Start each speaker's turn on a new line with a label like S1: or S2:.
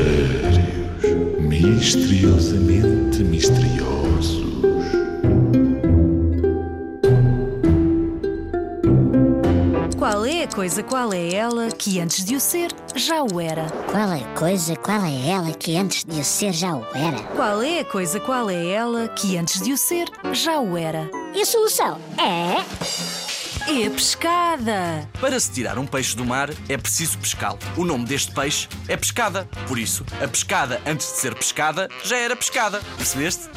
S1: Mistérios misteriosamente misteriosos.
S2: Qual é a coisa, qual é ela que antes de o ser já o era?
S3: Qual é a coisa, qual é ela que antes de o ser já o era?
S2: Qual é a coisa, qual é ela que antes de o ser já o era?
S3: E a solução é.
S2: É a pescada!
S4: Para se tirar um peixe do mar é preciso pescá-lo. O nome deste peixe é pescada. Por isso, a pescada, antes de ser pescada, já era pescada. Percebeste?